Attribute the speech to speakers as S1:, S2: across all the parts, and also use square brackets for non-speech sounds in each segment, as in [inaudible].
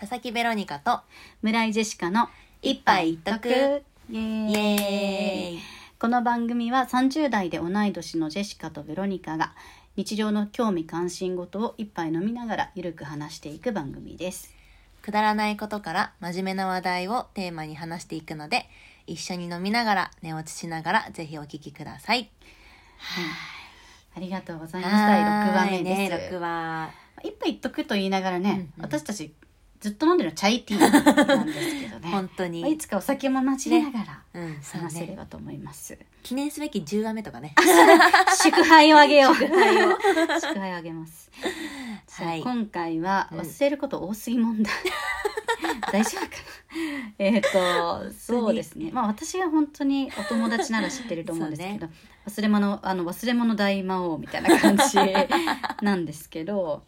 S1: 佐々木ベロニカと
S2: 村井ジェシカの
S1: 一杯一
S2: 特
S1: 徳
S2: イエ
S1: イ
S2: ーイ
S1: エーイ
S2: この番組は30代で同い年のジェシカとベロニカが日常の興味関心事を一杯飲みながらゆるく話していく番組です
S1: くだらないことから真面目な話題をテーマに話していくので一緒に飲みながら寝落ちしながらぜひお聞きください
S2: ありがとうございました6
S1: は
S2: 話
S1: ー
S2: 目
S1: い
S2: で
S1: ね
S2: す、
S1: 6話
S2: 一杯一徳と言いながらね、
S1: うんうん
S2: 私たちずっと飲んでるのはチャイティーなんですけど
S1: [laughs]
S2: ね
S1: 本当
S2: まあい
S1: に
S2: つかお酒も交えながら
S1: うんそう
S2: 話せれ
S1: ね
S2: ばと思います、
S1: 記念すべき10話目とかね
S2: [laughs] 祝杯をあげよう祝杯を祝杯をあげます、さあ
S1: はい
S2: 今回は
S1: うん
S2: 忘れること多すぎ問 [laughs] 題大丈夫かなえっ、とそうですねまあ私が本当にお友達なら知ってると思うんですけど、忘れ物あの忘れ物大魔王みたいな感じなんですけど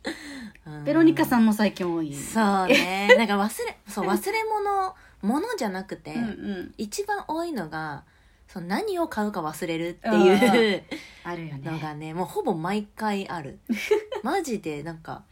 S2: ベロニカさ
S1: ん
S2: んも最近多い
S1: そうね
S2: [laughs]
S1: なんか忘れそう忘れ物物じゃなくて、
S2: うんうん
S1: 一番多いのがその何を買うか忘れるって
S2: うん
S1: いう
S2: あるよ
S1: の
S2: ね [laughs]
S1: がねもうほぼ毎回あるマジでなんか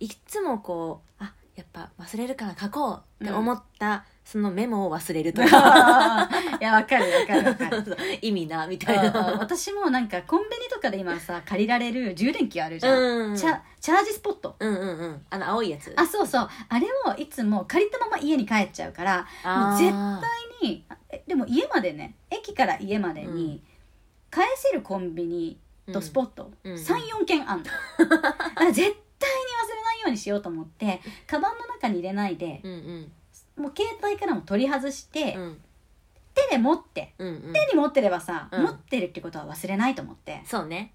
S1: いっつもこうあやっぱ忘れるから書こうって思った、そのメモを忘れると
S2: [laughs]
S1: か
S2: いやわかるわかるわかる
S1: [laughs] 意味なみたい
S2: ああ
S1: な
S2: 私もなんかコンビニとかで今さ借りられる充電器あるじゃん、
S1: うん
S2: チャチャージスポット
S1: うんうんうんあの青いやつ
S2: あそうそうあれをいつも借りたまま家に帰っちゃうからもう絶
S1: 対
S2: 前にあえでも家までね駅から家までに返せるコンビニとスポ
S1: ッ
S2: ット、
S1: うんうん
S2: 34
S1: [laughs]
S2: 件あんのだから絶対に忘れないようにしようと思ってカバンの中に入れないで
S1: うんうん
S2: もう携帯からも取り外して、
S1: うん
S2: 手で持って
S1: うんうん
S2: 手に持ってればさ、
S1: うん
S2: 持ってるってことは忘れないと思って
S1: そうね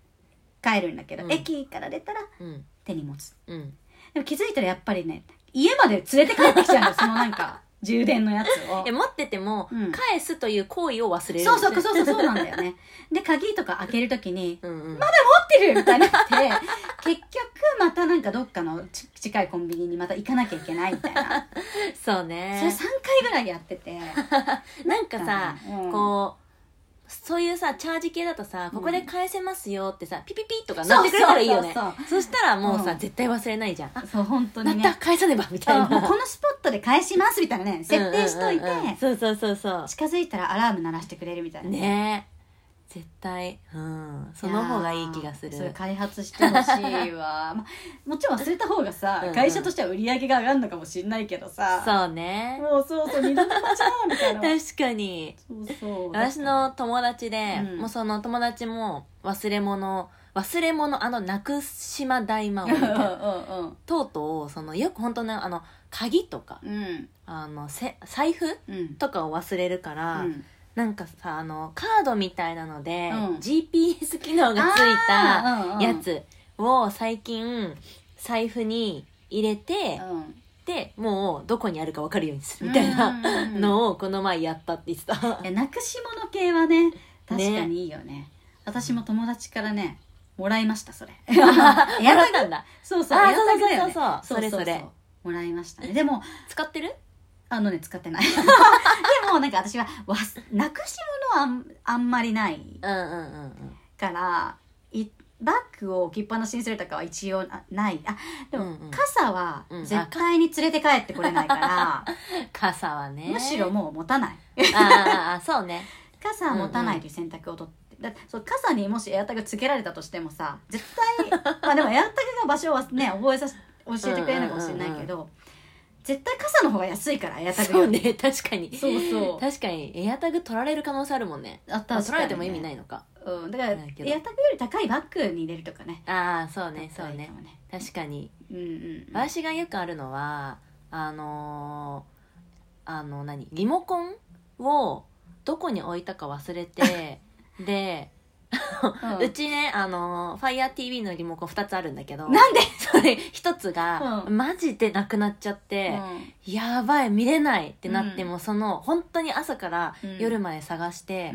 S2: 帰るんだけど、
S1: うん
S2: 駅から出たら
S1: うん
S2: 手に持つ
S1: うん
S2: でも気づいたらやっぱりね家まで連れて帰ってきちゃうのそのなんか充電のやつを
S1: え持ってても、
S2: うん
S1: 返すという行為を忘れる
S2: そうそうそうそうそうなんだよね [laughs] で鍵とか開ける時に
S1: う、うんうん、
S2: 「持ってる!」みたいになって結局またなんかどっかのち近いコンビニにまた行かなきゃいけないみたい [laughs] な
S1: そう
S2: そ
S1: ね
S2: れ3回ぐらいやってて
S1: なんかさ、
S2: うん
S1: こうそういうさチャージ系だとさここで返せますよってさ、ピピピとか
S2: そう
S1: なってくれたらいいよね
S2: そうそう
S1: そしたらもうさ、
S2: うん
S1: 絶対忘れないじゃんあ
S2: そう本当
S1: ま
S2: にね
S1: た返さねばみたい
S2: あもう
S1: な
S2: このスポットで返しますみたいなね設定しといて、
S1: うんうんうんうんそうそうそうそ
S2: 近づいたらアラーム鳴らしてくれるみたいうな
S1: ねえ絶対うんその方がいい気がする
S2: やーそれ開発してほしい
S1: [laughs]
S2: わ、まあ、もちろん忘れた方がさ
S1: うんうん
S2: 会社としては売り上げが上がるのかもしれないけどさ
S1: そうね
S2: もうそうそう二度手間じゃんみたいな
S1: [laughs] 確かに
S2: そうそう
S1: 私の友達で、
S2: うん
S1: もうその友達も忘れ物忘れ物あのなくしま大魔王
S2: うん
S1: み
S2: う
S1: たいなんとうとうそのよく本当ねあの鍵とか
S2: うんうん
S1: あのせ財布
S2: うん
S1: とかを忘れるから、
S2: うん
S1: なんかさあのカードみたいなので、
S2: うん
S1: GPS 機能がついた
S2: あーうんうん
S1: やつを最近財布に入れて、
S2: うん
S1: でもうどこにあるか分かるようにするみたいな
S2: うんうん
S1: のをこの前やったって言ってた
S2: い。やなくし物系はね確かにいいよね私も友達からねもらいましたそ
S1: [laughs]
S2: れや
S1: やら
S2: ら
S1: なんだ
S2: そうそう
S1: あー
S2: やらだよね
S1: そうそうそうそれそれ
S2: もらいましたねでも
S1: 使ってる
S2: あのね、使ってない。 [laughs] でも、なんか私は、わす、なくし物はあんあんまりない
S1: うんうんうんうん
S2: から、いバッグを置きっぱなしにするとかは一応あない。あ、で
S1: う
S2: も、
S1: んうん
S2: 傘は
S1: うん
S2: 絶対に連れて帰ってこれないから、
S1: 傘は [laughs] ね
S2: むしろもう持たない。
S1: あーあーそうね
S2: 傘は持たないという選択を取って、だってそう傘にもしエアタグつけられたとしてもさ、絶対、 [laughs] まあでもエアタグが場所はね、覚えさせ、教えてくれるのかもしれないけど、絶対傘の方が安いから、エアタグ
S1: そ
S2: よ
S1: う
S2: り。
S1: ね確かに
S2: そうそう
S1: 確かにエアタグ取られる可能性あるもんね
S2: あった
S1: まあ取られても意味
S2: い
S1: ないのか
S2: うん、だからエア
S1: だ
S2: タ
S1: け
S2: グ
S1: ど
S2: より高いバッグに入れるとかね
S1: ああそうねそ
S2: だ
S1: う
S2: ったら
S1: ね
S2: いいかもね
S1: 確かに
S2: うんうんうん
S1: 私がよくあるのはあのーあの何リモコンをどこに置いたか忘れて
S2: [laughs]
S1: で、うちねあのー FireTV のリモコン2つあるんだけど
S2: なんで、
S1: それ1つが、
S2: うん
S1: マジでなくなっちゃって、
S2: うん
S1: やばい見れないってなって、
S2: うん
S1: もうその本当に朝から
S2: うん
S1: 夜まで探して、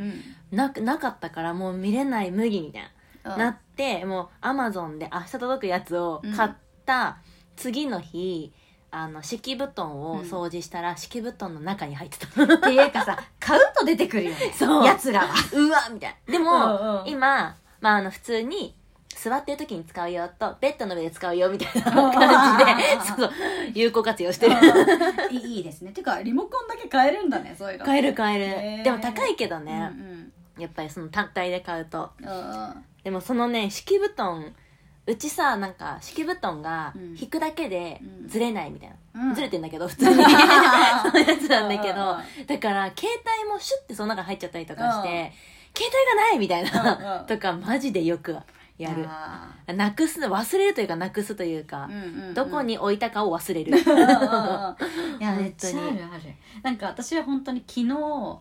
S2: うん
S1: なくなかったからもう見れない麦みたいな。なってもうアマゾンで明日届くやつを買った次の日、あの敷布団を掃除したら、敷布団の中に入ってた [laughs]
S2: っていうかさ買うと出てくるよね
S1: そう
S2: やつらは
S1: うわみたいなでも、
S2: うんうん
S1: 今、まあ、あの普通に座ってる時に使うよとベッドの上で使うよみたいな感じで [laughs] そうそう有効活用してる
S2: うんい [laughs] いいいですねてかリモコンだけ買えるんだねそういうの
S1: 買える買え
S2: へー
S1: るでも高いけどね
S2: う、ん
S1: やっぱりその単体で買うと
S2: うんうん
S1: でもそのね敷布団うちさなんか敷布団が
S2: うん
S1: 引くだけで
S2: うん
S1: ずれないみたいな、
S2: うん [laughs]
S1: ずれてんだけど普通にそういうやつなんだけどだから携帯もシュッてその中入っちゃったりとかして、
S2: うん
S1: 携帯がないみたいな、
S2: うんうん
S1: とかマジでよくやる
S2: あ
S1: なくす忘れるというかなくすというか
S2: ー、うんうん
S1: どこに置いたかを忘れる
S2: うんうんうんいやめっ
S1: 本
S2: ち
S1: 当
S2: ゃ
S1: に
S2: あるあるなんか私は本当に昨日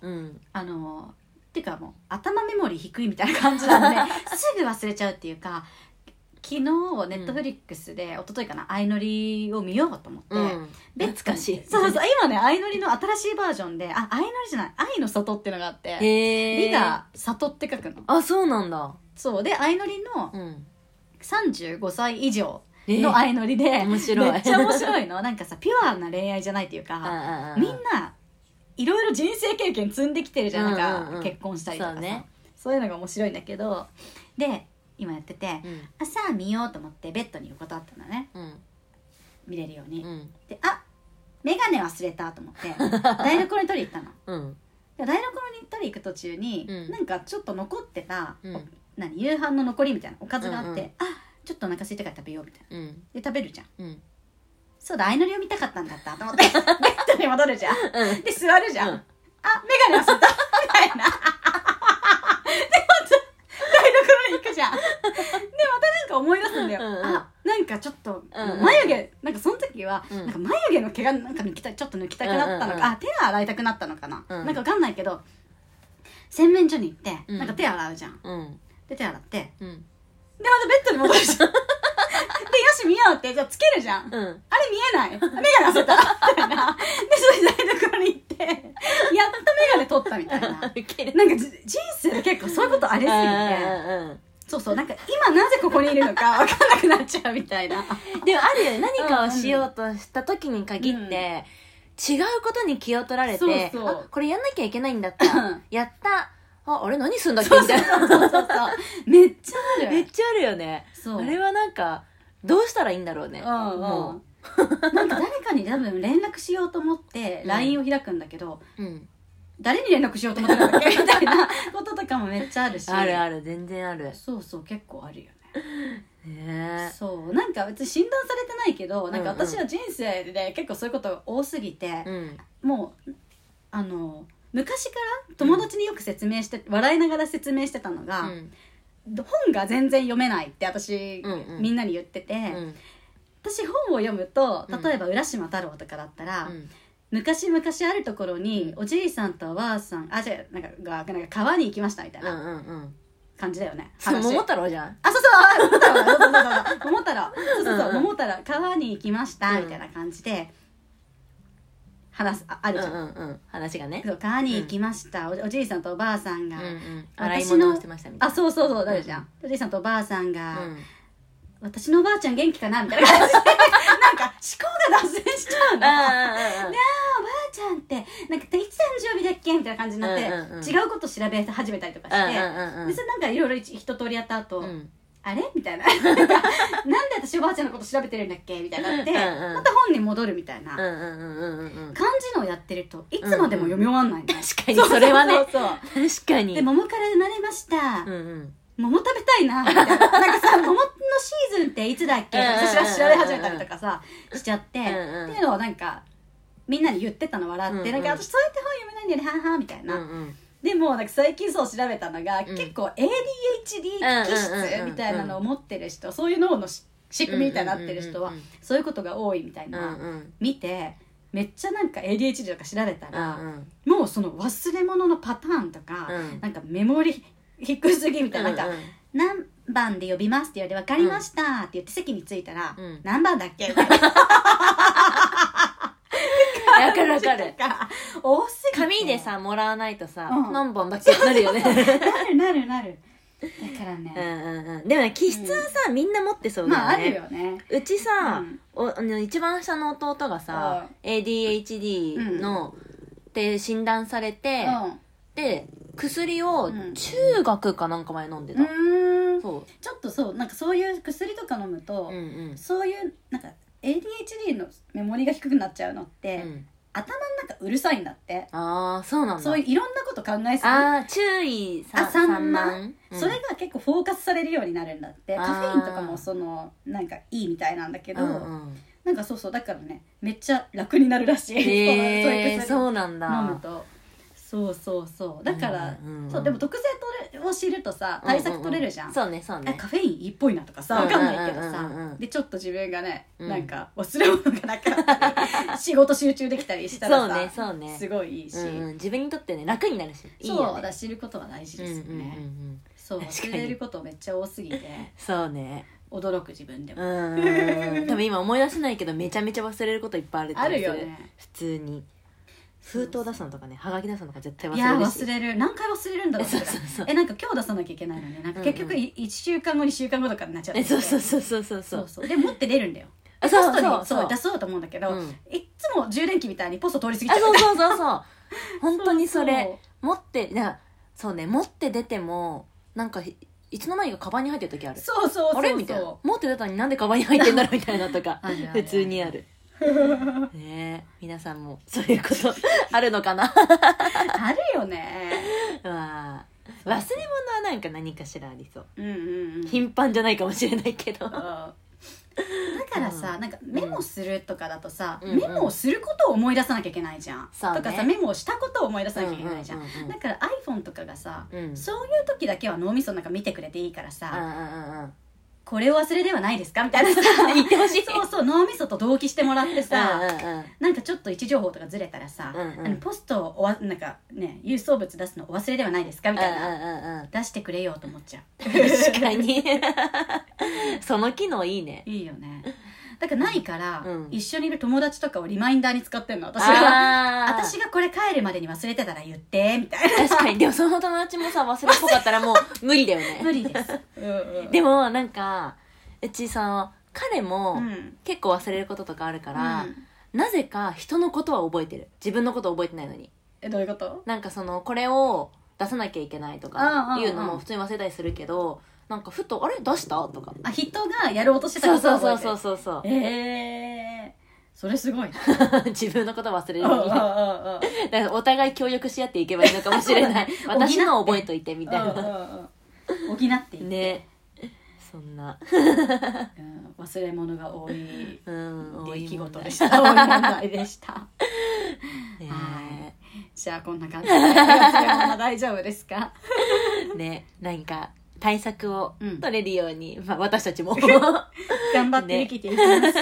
S1: うん
S2: あのていうかもう頭メモリー低いみたいな感
S1: [laughs]
S2: じなんですぐ忘れちゃうっていうか昨日ネットフリックスで、一昨日かな相乗りを見ようと思って、
S1: うん
S2: ベッドに
S1: 懐かしい
S2: そうそう今ね相乗りの新しいバージョンであ相乗りじゃない愛の里っていうのがあって
S1: へえ
S2: リが里って書くの
S1: あそうなんだ
S2: そうで相乗りの
S1: うん
S2: 35歳以上
S1: えー
S2: の相乗りで、
S1: 面白い
S2: めっちゃ面白いのなんかさピュアな恋愛じゃないっていう
S1: うんうん
S2: か、
S1: うん
S2: みんないろいろ人生経験積んできてるじゃん,、
S1: うん
S2: な
S1: うんんう
S2: か
S1: ん
S2: 結婚したりとかさ
S1: そ
S2: そうう,、
S1: ね
S2: いうのが面白いんだけどで今やってて
S1: うん
S2: 朝見ようと思ってベッドに横たわったのね
S1: うん
S2: 見れるように、
S1: うん
S2: であ眼鏡忘れたと思って
S1: [laughs]
S2: 台所に取り行ったの
S1: うん
S2: で台所に取り行く途中に、
S1: うん
S2: なんかちょっと残ってた、
S1: うん
S2: お何夕飯の残りみたいなおかずがあって、
S1: うんうん
S2: あちょっとお腹空いたから食べようみたいな
S1: うん
S2: で食べるじゃん
S1: うん
S2: そうだ相乗りを見たかったんだったと思って [laughs] ベッドに戻るじゃんで座るじゃん、
S1: うん
S2: あ眼鏡忘れたみたいなでまた台所に行くじゃんでまたなんか思い出すんだよ、
S1: うんうん
S2: あなんかちょっと
S1: うんうん
S2: 眉毛なんかその時は、
S1: うん
S2: なんか眉毛の毛がなんか抜きたちょっと抜きたくなった
S1: うん
S2: のか、
S1: うんうん
S2: あ手が洗いたくなったのかな、
S1: うん
S2: なんかわかんないけど洗面所に行って、
S1: うん
S2: なんか手洗うじゃん
S1: うん
S2: で手洗って
S1: う
S2: で
S1: ん
S2: またベッドに戻るじゃ
S1: [laughs]
S2: んでよし見ようってじゃあつけるじゃん
S1: うん
S2: あれ見えない。眼鏡忘れた。みたいな。で、それ台所に行って、やっと眼鏡取ったみたいな。なんか
S1: ウケる
S2: じ人生で結構そういうことありすぎて。
S1: うんうん
S2: そうそう。なんか今なぜここにいるのかわかんなくなっちゃうみたいな。
S1: うんでもあるよね何かをしようとした時に限って、違うことに気を取られて
S2: そうそう
S1: あこれやんなきゃいけないんだった
S2: うん
S1: やったああれ何すんだっけみたいな
S2: そうそうそう。めっちゃ
S1: [laughs]
S2: あ
S1: めっ
S2: る。
S1: ちゃあるよね
S2: そう。
S1: あれはなんかどうしたらいいんだろうね
S2: うんう
S1: も
S2: ん。なんか誰かに多分連絡しようと思って
S1: うん
S2: LINE を開くんだけど、
S1: う、うん、
S2: 誰に連絡しようと思ってるんだっけみたいなこととかもめっちゃあるし。
S1: あるある全然ある
S2: そうそう、結構あるよね。
S1: ね
S2: そうなんか別に診断されてないけどなんか
S1: うんうん
S2: 私は人生で結構そういうことが多すぎて
S1: え、うん
S2: もうあの昔から友達によく説明して、笑いながら説明してたのが、
S1: うん
S2: 本が全然読めないって私、
S1: うんうん
S2: みんなに言ってて、
S1: うん
S2: 私本を読むと
S1: うん
S2: 例えば浦島太郎とかだったら、
S1: うん
S2: 昔々あるところに、
S1: う
S2: おじいさんとおばあさんあじゃなんかがなんか川に行きましたみたいうなん
S1: うん
S2: 感じだよね、
S1: そう
S2: 話
S1: 桃太郎じゃん
S2: あ、そうそう、あ桃太郎だ、そうそうそう、桃太郎。そうそう
S1: うん
S2: そうう、
S1: ん
S2: 桃太郎、川に行きました、
S1: うん
S2: みたいな感じで、話す、ああ
S1: うん
S2: る
S1: う
S2: じゃん。
S1: んうん話がね
S2: そう川に行きました、おおじいさんとおばあさん
S1: う
S2: が。
S1: んうん
S2: 私の
S1: 洗い物をしてましたみたい
S2: あ、
S1: な
S2: そうそうそう、あるじゃん。おじいさんとおばあさんが、
S1: うん
S2: 私のおばあちゃん元気かなみたいな感
S1: [laughs]
S2: じで、なんか思考が脱線しちゃうの。おばあ
S1: あ
S2: ちゃんって、なんか、いつ誕生日だっけみたいな感じになって、
S1: うんうんうん
S2: 違うこと調べ始めたりとか
S1: ああああ
S2: して、
S1: うんうんうん
S2: で、それなんかいろいろ一一通りやった後、
S1: うん
S2: あれみたいな [laughs] なんかなんで私おばあちゃんのこと調べてるんだっけみたいになって
S1: うんうん
S2: また本に戻るみたいな
S1: う
S2: 感
S1: んうんうんうんうんうん
S2: じのをやってるといつまでも読み終わんないの
S1: 確かにそれはね
S2: そうそうそう
S1: 確かに
S2: で桃から生まれました、
S1: うんうん
S2: 桃食べたいなみたいななんかさ桃のシーズンっていつだっけ
S1: うんうんうんうん
S2: 私は調べ始めたりとかさしちゃって、
S1: うんうん
S2: っていうのをなんかみんなに言ってたの笑って、
S1: うんうん
S2: なんか私そうやって本読めないんだよねはんはんみたいな、
S1: うんうん
S2: でもなんか最近そう調べたのが、
S1: うん
S2: 結構 ADHD 気質みたいなのを持ってる人、そういう脳のし仕組みみたいになってる人は
S1: うんうんうん
S2: そういうことが多いみたい
S1: うん
S2: な、
S1: うん
S2: 見てめっちゃなんか ADHD とか調べた
S1: うん
S2: ら、もうその忘れ物のパターンとか、
S1: うん
S2: なんかメモリ低すぎみたいな,、
S1: う
S2: なんんか何番で呼びますって言われて「分かりました」って言って席に着いたら「
S1: うん
S2: 何番だっけ?」みたいな
S1: わかるわか
S2: と
S1: る
S2: か多すぎて
S1: 紙でさもらわないとさ
S2: うん
S1: 何本だっけってなるよね
S2: なるなるなるだから
S1: うん
S2: ね、
S1: うんうんでもね気質はさみんな持ってそう
S2: まあ
S1: だ
S2: あ
S1: よ
S2: る
S1: ね
S2: よね
S1: うちさ
S2: うん
S1: おあの一番下の弟がさ ADHD のって診断されて
S2: うん
S1: で薬を
S2: うん
S1: 中学かなんか前飲んでた
S2: うーん
S1: そ
S2: ちょっとそうなんかそういう薬とか飲む
S1: う
S2: と、
S1: うんうん
S2: そういうなんか ADHD のメモリが低くなっちゃうのって、
S1: うん
S2: 頭の中うるさいんだって、
S1: ああそうなんだ
S2: そういういろんなこと考えすぎ
S1: ああ注意さ
S2: あ散漫
S1: 散漫うん
S2: それが結構フォーカスされるようになるんだって
S1: あー
S2: カフェインとかもそのなんかいいみたいなんだけど、
S1: うんうん
S2: なんかそうそうだからねめっちゃ楽になるらしい、
S1: へえ
S2: そう
S1: そうなんだ
S2: 飲むとそうそうそうだから、
S1: うんうんうん
S2: そうでも特性取れを知るとさ対策取れるじゃん,、
S1: ううそうねそう
S2: あ
S1: ね
S2: カフェインいいっぽいなとかさ
S1: うん
S2: わかんないけど
S1: うんうんうんう
S2: さ
S1: ん
S2: でちょっと自分がね、
S1: うん
S2: なんか忘れ物がなかった
S1: [laughs]
S2: り仕事集中できたりしたら
S1: そう
S2: さ
S1: ねそうね
S2: すごいいいし、
S1: うんうん自分にとってね楽になるしいいよね
S2: そうだし知ることが大事ですよね、
S1: うんうんうんうん
S2: そう
S1: 確か
S2: 忘
S1: に
S2: れることめっちゃ多すぎて
S1: [laughs] そうね
S2: 驚く自分で
S1: う
S2: も、
S1: ん多分今思い出せないけどめちゃめちゃ忘れることいっぱいある気が
S2: あ
S1: する
S2: るよね
S1: 普通に封筒出すのとかねはがき出すのとか絶対忘
S2: いや
S1: れるし
S2: 忘れる何回忘れるんだろう
S1: そう
S2: それ
S1: そうそう
S2: えなんか今日出さなきゃいけないのになんか結局
S1: うんう
S2: い1週間後2週間後とかになっちゃって
S1: えそうそう
S2: そ
S1: そうそうそうそう
S2: そうで持って出るんだよ
S1: あ
S2: ポ
S1: そうそう
S2: スト
S1: そ
S2: にそうう出そうと思うんだけど、
S1: うん
S2: いっつも充電器みたいにポスト通り過ぎち
S1: あ
S2: ゃう
S1: そう
S2: [laughs]
S1: そうそうそう本当にそれ
S2: そう
S1: 持ってなそうね持って出てもなんかひいつの間にかカバンに入ってる時ある
S2: そうそうそうそう
S1: あれみたいな持って出たのになんでカバンに入ってんだろうみたいなとか
S2: [laughs] あるあるある
S1: 普通にあ
S2: [laughs]
S1: るねえ皆さんもそういうことあるのか
S2: [laughs]
S1: な
S2: あるよ
S1: [laughs]
S2: ね
S1: うわー忘れ物はなんか何かしらありそう
S2: うんうんうん
S1: 頻繁じゃないかもしれないけ
S2: [laughs]
S1: ど
S2: うんだからさ、なんかメモするとかだとさ、
S1: うんうん
S2: メモをすることを思い出さなきゃいけないじゃん、
S1: そうね
S2: とかさメモをしたことを思い出さなきゃいけないじゃん,、
S1: うんうんうんうん
S2: だから iPhone とかがさ、
S1: うん
S2: そういう時だけは脳みそなんか見てくれていいか
S1: う
S2: ら
S1: んう
S2: さ、
S1: んうんうん
S2: これを忘れではないですかみたいなさ
S1: [laughs] 言ってほしい
S2: そうそう脳みそと同期してもらってさ、
S1: うんうん
S2: なんかちょっと位置情報とかずれたらさ、
S1: うんうん
S2: あのポストをおわなんかね郵送物出すのお忘れではないですかみたいな、
S1: うんうんうんうん
S2: 出してくれよと思っちゃう [laughs]
S1: 確かに [laughs] その機能いいね
S2: いいよねだからないから、
S1: うん
S2: 一緒にいる友達とかをリマインダーに使ってんの私は
S1: あー
S2: 私がこれ帰るまでに忘れてたら言ってみたいな
S1: 確かにでもその友達もさ忘れっぽかったらもう無理だよね
S2: 無理です、うんうん、
S1: でもなんかうちさ彼
S2: う
S1: も
S2: ん
S1: 結構忘れることとかあるから、
S2: うん
S1: なぜか人のことは覚えてる自分のことは覚えてないのに
S2: えどういうこと
S1: なんかそのこれを出さなきゃいけないと
S2: うんうん
S1: か
S2: うん
S1: いうのも普通に忘れたりするけどなんかふと「あれ出した?」とか
S2: あ人がやろうとしてた
S1: そ
S2: こ
S1: う
S2: と
S1: そ
S2: を
S1: うそうそう
S2: 覚えて
S1: そうそう
S2: えー、それすごいな
S1: [laughs] 自分のこと忘れ
S2: うん
S1: る
S2: うんうん
S1: の
S2: うん
S1: にだからお互い協力し合っていけばいいのかもしれ
S2: [laughs]
S1: ない
S2: そうだね
S1: 私の覚えといてみたいな
S2: うんうん補っていって、
S1: ねそんな
S2: うん、忘れ物が多い
S1: うん多い
S2: 出来
S1: もんだ
S2: 事でした多い問題でした
S1: ね
S2: はじゃあこんな感じで忘れ物大丈夫ですか
S1: ねなんか対策を
S2: [laughs] うん
S1: 取れるように、まあ、私たち
S2: [laughs]
S1: も
S2: 頑張って生きていきます、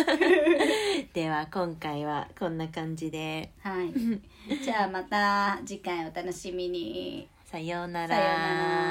S2: [laughs]
S1: では今回はこんな感じで
S2: はい。じゃあまた次回お楽しみに。
S1: さような
S2: さようなら。